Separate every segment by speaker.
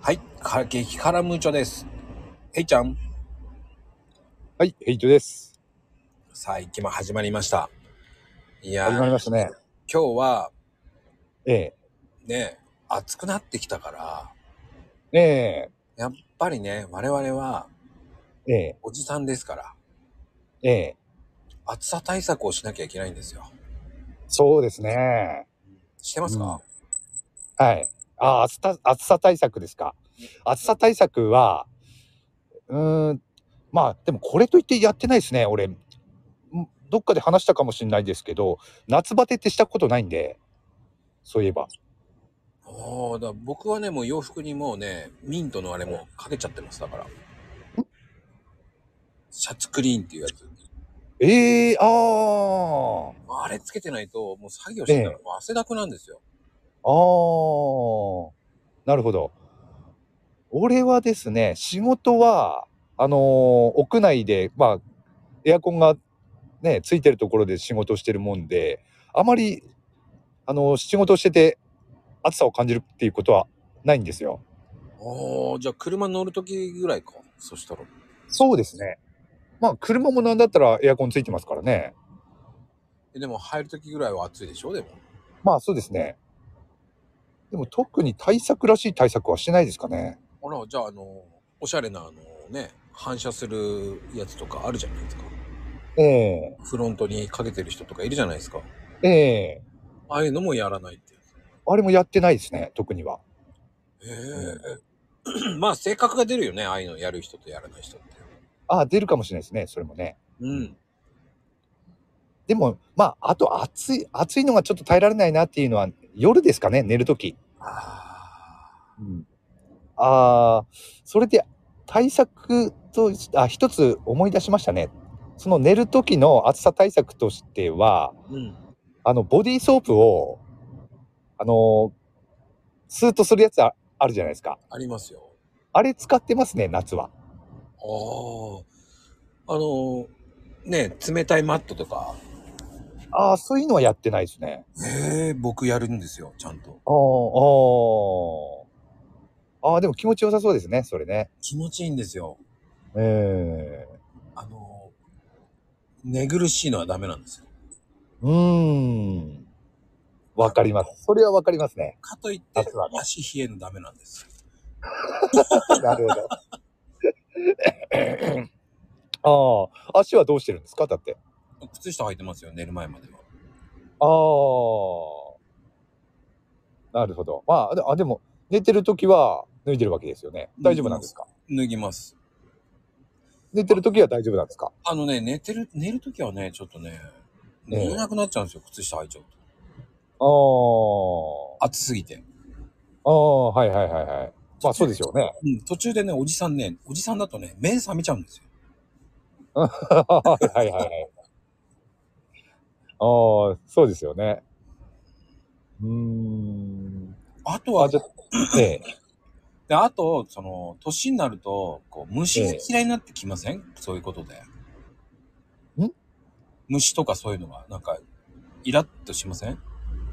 Speaker 1: はい、か激辛ムーチョです。えいちゃん、
Speaker 2: はい、ヘイトです。
Speaker 1: さあ、今始まりました。いやー、
Speaker 2: 始まりましたね。
Speaker 1: 今日は
Speaker 2: え
Speaker 1: ね、暑くなってきたから、
Speaker 2: え、え
Speaker 1: やっぱりね、我々は
Speaker 2: え、え
Speaker 1: おじさんですから、
Speaker 2: え、ええ、
Speaker 1: 暑さ対策をしなきゃいけないんですよ。
Speaker 2: そうですね。
Speaker 1: してますか、
Speaker 2: はい。あ、暑さ、暑さ対策ですか。暑さ対策は、うーん、まあ、でもこれといってやってないですね、俺。んどっかで話したかもしれないですけど、夏バテってしたことないんで、そういえば。
Speaker 1: おーだから僕はね、もう洋服にもうね、ミントのあれもかけちゃってます、だから。シャツクリーンっていうやつ。
Speaker 2: ええああ、
Speaker 1: あれつけてないと、もう作業してたらもう汗だくなんですよ。
Speaker 2: あーなるほど。俺はですね、仕事は、あのー屋内で、まあ、エアコンがね、ついてるところで仕事してるもんで、あまり、あのー仕事してて、暑さを感じるっていうことはないんですよ。
Speaker 1: おーじゃあ車乗るときぐらいか。そしたら。
Speaker 2: そうですね。まあ、車もなんだったらエアコンついてますからね。
Speaker 1: えでも入るときぐらいは暑いでしょでも。
Speaker 2: まあ、そうですね。でも、特に対策らしい対策はしてないですかね。
Speaker 1: ほら、じゃあ、あの、おしゃれな、あのね、反射するやつとかあるじゃないですか。
Speaker 2: ええ
Speaker 1: フロントにかけてる人とかいるじゃないですか。
Speaker 2: ええ
Speaker 1: ああいうのもやらないってや
Speaker 2: あれもやってないですね、特には。
Speaker 1: つ。ええまあ、性格が出るよね。ああいうのやる人とやらない人って。
Speaker 2: ああ、出るかもしれないですね、それもね。
Speaker 1: うん。
Speaker 2: でも、まあ、あと暑い、暑いのがちょっと耐えられないなっていうのは、夜ですかね、寝るとき。
Speaker 1: ああ。
Speaker 2: ああ、それで対策とし、あ、一つ思い出しましたね。その寝るときの暑さ対策としては、
Speaker 1: うん。
Speaker 2: あの、ボディーソープを、あのスーッとするやつああるじゃないですか。
Speaker 1: ありますよ。
Speaker 2: あれ使ってますね、夏は。
Speaker 1: ああ。あの、ね、冷たいマットとか。
Speaker 2: ああ、そういうのはやってないですね。
Speaker 1: ええ僕やるんですよ。ちゃんと。
Speaker 2: あーあー。ああ、でも気持ちよさそうですね、それね。
Speaker 1: 気持ちいいんですよ。
Speaker 2: ええ
Speaker 1: あの、寝苦しいのはダメなんですよ。
Speaker 2: うーん。わかります。それはわかりますね。
Speaker 1: かといって
Speaker 2: 夏はね。
Speaker 1: 足冷えるのダメなんですよ。
Speaker 2: なるほど。 ああ、足はどうしてるんですかだって。
Speaker 1: 靴下履いてますよ、寝る前までは。
Speaker 2: ああ。なるほど。まあで、あでも、寝てるときは脱いでるわけですよね。大丈夫なんですか
Speaker 1: 脱ぎます。
Speaker 2: 寝てるときは大丈夫なんですか
Speaker 1: あのね、寝てる、寝るときはね、ちょっとね、
Speaker 2: え
Speaker 1: 寝れなくなっちゃうんですよ、靴下履いちゃうと。
Speaker 2: ああ。
Speaker 1: 暑すぎて。
Speaker 2: ああ、はいはいはいはい。まあそうですよね。
Speaker 1: うん、途中でね、おじさんね、おじさんだとね、目覚めちゃうんですよ。
Speaker 2: はいはいはい。ああ、そうですよね。うーん。
Speaker 1: あとは、
Speaker 2: あ
Speaker 1: で
Speaker 2: ちょええ。
Speaker 1: あと、その、年になると、こう、虫が
Speaker 2: ええ
Speaker 1: 嫌いになってきません、そういうことで。
Speaker 2: ん
Speaker 1: 虫とかそういうのが、なんか、イラッとしません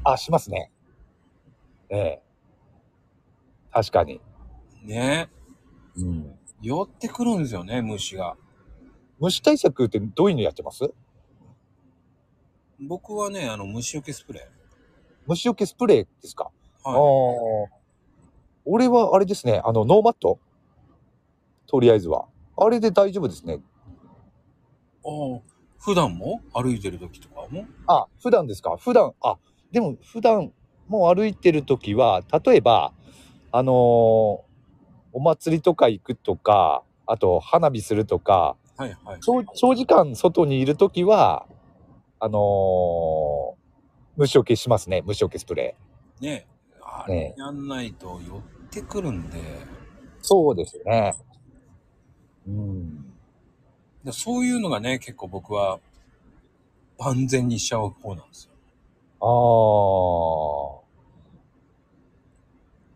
Speaker 2: あ、しますね。ええ。確かに。
Speaker 1: ね
Speaker 2: うん。
Speaker 1: 寄ってくるんですよね、虫が。
Speaker 2: 虫対策ってどういうのやってます
Speaker 1: 僕はね、あの、虫除けスプレ
Speaker 2: 虫除けスプレーですか、
Speaker 1: ー。
Speaker 2: ああ
Speaker 1: は。
Speaker 2: 俺はあれですね。あの、ノーマットとりあえずは。あれで大丈夫ですね。
Speaker 1: い。ああ。普段も歩いてる時とかも
Speaker 2: あ、普段ですか普段、あ、でも普段もう歩いてる時は、例えば、あのーお祭りとか行くとか、あと花火するとか、
Speaker 1: はいはい。
Speaker 2: 長長時間外にいる時は、あのー虫除けしますね。虫除けスプレー。
Speaker 1: ねあれ
Speaker 2: ね
Speaker 1: やんないと寄ってくるんで、
Speaker 2: そうですね。うん。
Speaker 1: でそういうのがね、結構僕は万全にしちゃう方なんですよ。
Speaker 2: ああ。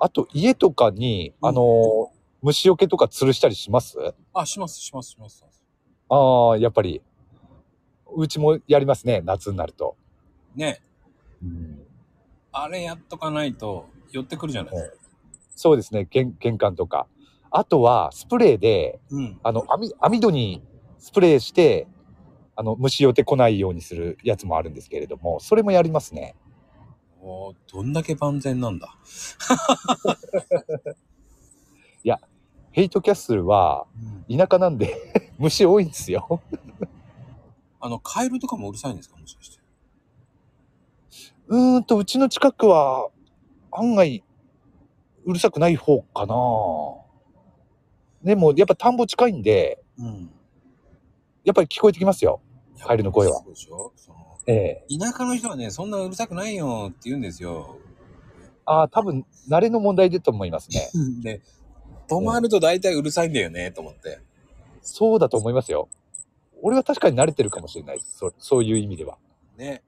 Speaker 2: あと、家とかに、あのー虫除けとか吊るしたりします
Speaker 1: あ、しますしますします。
Speaker 2: ああ、やっぱり。うちもやりますね、夏になると。
Speaker 1: ねあれやっとかないと寄ってくるじゃないですか。
Speaker 2: そうですね玄玄関とかあとはスプレーで
Speaker 1: うん。
Speaker 2: あの網網戸にスプレーしてあの虫寄ってこないようにするやつもあるんですけれどもそれもやりますね
Speaker 1: おーどんだけ万全なんだ。
Speaker 2: ヘイトキャッスルは田舎なんで 虫多いんですよ
Speaker 1: あの、カエルとかもうるさいんですかもしかして。
Speaker 2: うーんとうちの近くは案外うるさくない方かなでもやっぱ田んぼ近いんで
Speaker 1: うん。
Speaker 2: やっぱり聞こえてきますよカエルの声は
Speaker 1: そうでしょその
Speaker 2: ええ
Speaker 1: 田舎の人はね、そんなうるさくないよって言うんですよ。
Speaker 2: ああ多分慣れの問題だと思いますね
Speaker 1: で、止まると大体うるさいんだよね、と思って。
Speaker 2: そうだと思いますよ。俺は確かに慣れてるかもしれないです。そそういう意味では。
Speaker 1: ね。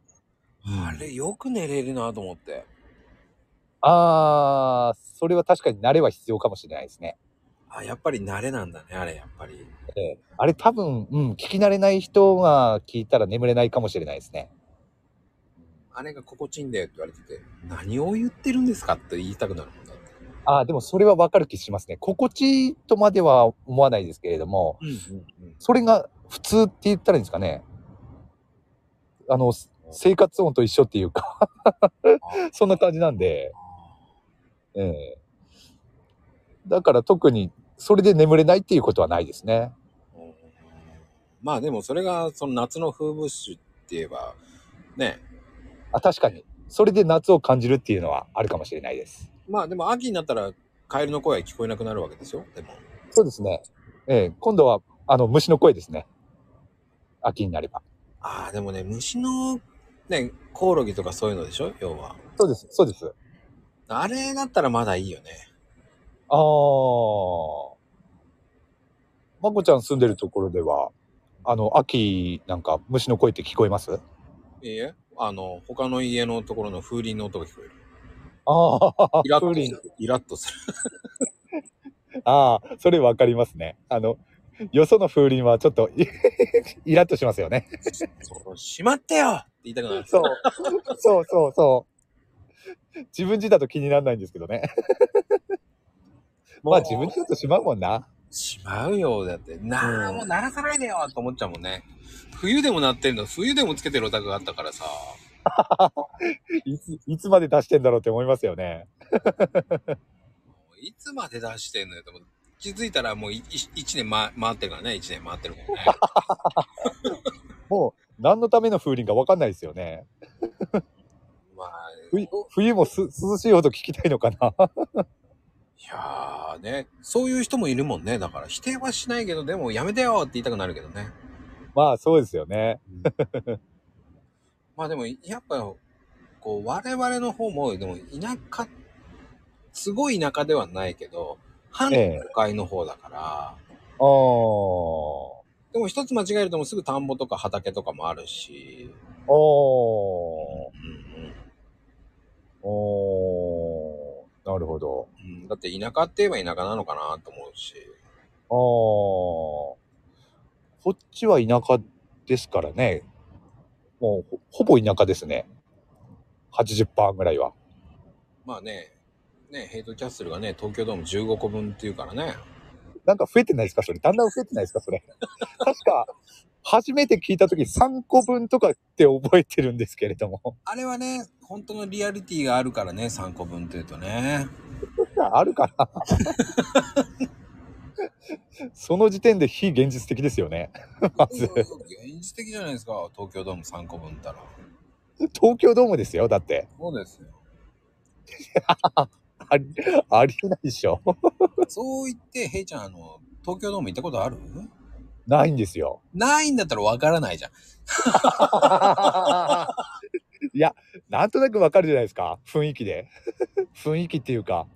Speaker 1: あれ、よく寝れるなと思って。
Speaker 2: あー、それは確かに慣れは必要かもしれないですね。
Speaker 1: あ、やっぱり慣れなんだね、あれ、やっぱり。
Speaker 2: ええあれ多分、うん、聞き慣れない人が聞いたら眠れないかもしれないですね。
Speaker 1: あれが心地いいんだよって言われてて、何を言ってるんですかって言いたくなるもんだって。
Speaker 2: あー、でもそれはわかる気しますね。心地いいとまでは思わないですけれども、
Speaker 1: うんうんうん。
Speaker 2: それが普通って言ったらいいんですかね。あの、す生活音と一緒っていうか、 そんな感じなんで。ええだから特にそれで眠れないっていうことはないですね。
Speaker 1: うんまあでもそれがその夏の風物詩って言えばね
Speaker 2: あ確かにそれで夏を感じるっていうのはあるかもしれないです。
Speaker 1: まあでも秋になったらカエルの声は聞こえなくなるわけですよでも
Speaker 2: そうですね。ええ今度はあの虫の声ですね。秋になれば。
Speaker 1: ああでもね虫のねコオロギとかそういうのでしょ要は
Speaker 2: そうですそうです。あ
Speaker 1: あれだったらまだいいよね
Speaker 2: あー。まこちゃん住んでるところではあの秋なんか虫の声って聞こえます？
Speaker 1: いいえあの他の家のところの風鈴の音が聞こえる
Speaker 2: ああ
Speaker 1: イラッ
Speaker 2: 風
Speaker 1: と
Speaker 2: 鈴
Speaker 1: イラッとする
Speaker 2: ああそれわかりますね。あのよその風鈴はちょっとイラッとしますよね。
Speaker 1: そうしまってよって言いたくなる
Speaker 2: そう。そうそうそう。自分自だと気にならないんですけどね。まあ自分自だとしまうもんな。
Speaker 1: しまうよだってなあ、もう鳴らさないでよと思っちゃうもんね冬でも鳴ってるの冬でもつけてるお宅があったからさ
Speaker 2: いつ、いつまで出してんだろうって思いますよね。
Speaker 1: いつまで出してんのよと思って気づいたらもういい一年、ま、回ってるからね、一年回ってるもん ね。
Speaker 2: もう何のための風鈴かわかんないですよね。
Speaker 1: まあ、
Speaker 2: 冬冬もす涼しいほど聞きたいのかな。
Speaker 1: いやーね、そういう人もいるもんね。だから否定はしないけど、でもやめてよって言いたくなるけどね。
Speaker 2: まあそうですよね。
Speaker 1: まあでも、やっぱ、こう、我々の方も、でも田舎、すごい田舎ではないけど、半
Speaker 2: ええ
Speaker 1: 都会の方だから、
Speaker 2: あー。
Speaker 1: でも一つ間違えるともうすぐ田んぼとか畑とかもあるし、
Speaker 2: おー。
Speaker 1: うんうん
Speaker 2: おー。なるほど。
Speaker 1: うん、だって田舎って言えば田舎なのかなと思うし。
Speaker 2: ああ。こっちは田舎ですからね。もうほ、ほぼ田舎ですね。80%ぐらいは。
Speaker 1: まあね、ね、ヘイトキャッスルがね、東京ドーム15個分っていうからね。
Speaker 2: なんか増えてないですかそれ。だんだん増えてないですかそれ。確か、初めて聞いたとき3個分とかって覚えてるんですけれども。
Speaker 1: あれはね、本当のリアリティがあるからね、3個分っていうとね。
Speaker 2: あるかなその時点で非現実的ですよね。まず、
Speaker 1: 現実的じゃないですか、東京ドーム3個分ったら。
Speaker 2: 東京ドームですよ。だって。
Speaker 1: そうですよ。
Speaker 2: あり、ありえないでしょ。
Speaker 1: そう言って、ヘイちゃん、あの、東京ドーム行ったことある
Speaker 2: ないんですよ。
Speaker 1: ないんだったらわからないじゃん。
Speaker 2: いや、なんとなくわかるじゃないですか。雰囲気で。 雰囲気っていうか。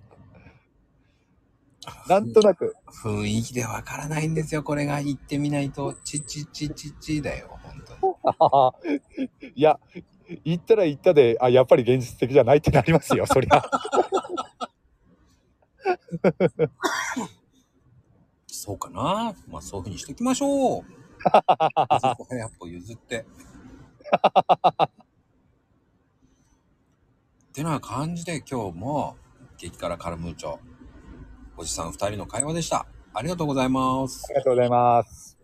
Speaker 2: なんとなく。
Speaker 1: 雰囲気でわからないんですよ、これが。行ってみないと、チッチッチッチッチッだよ、本当に。
Speaker 2: いや、行ったら行ったで、あ、やっぱり現実的じゃないってなりますよ、そりゃ。
Speaker 1: そうかな。まあ、そういうふうにしときましょう。そ こはやっぱ譲って。ってな感じで今日も激辛カルムーチョおじさん2人の会話でした。ありがとうございます
Speaker 2: あり。がとうございます。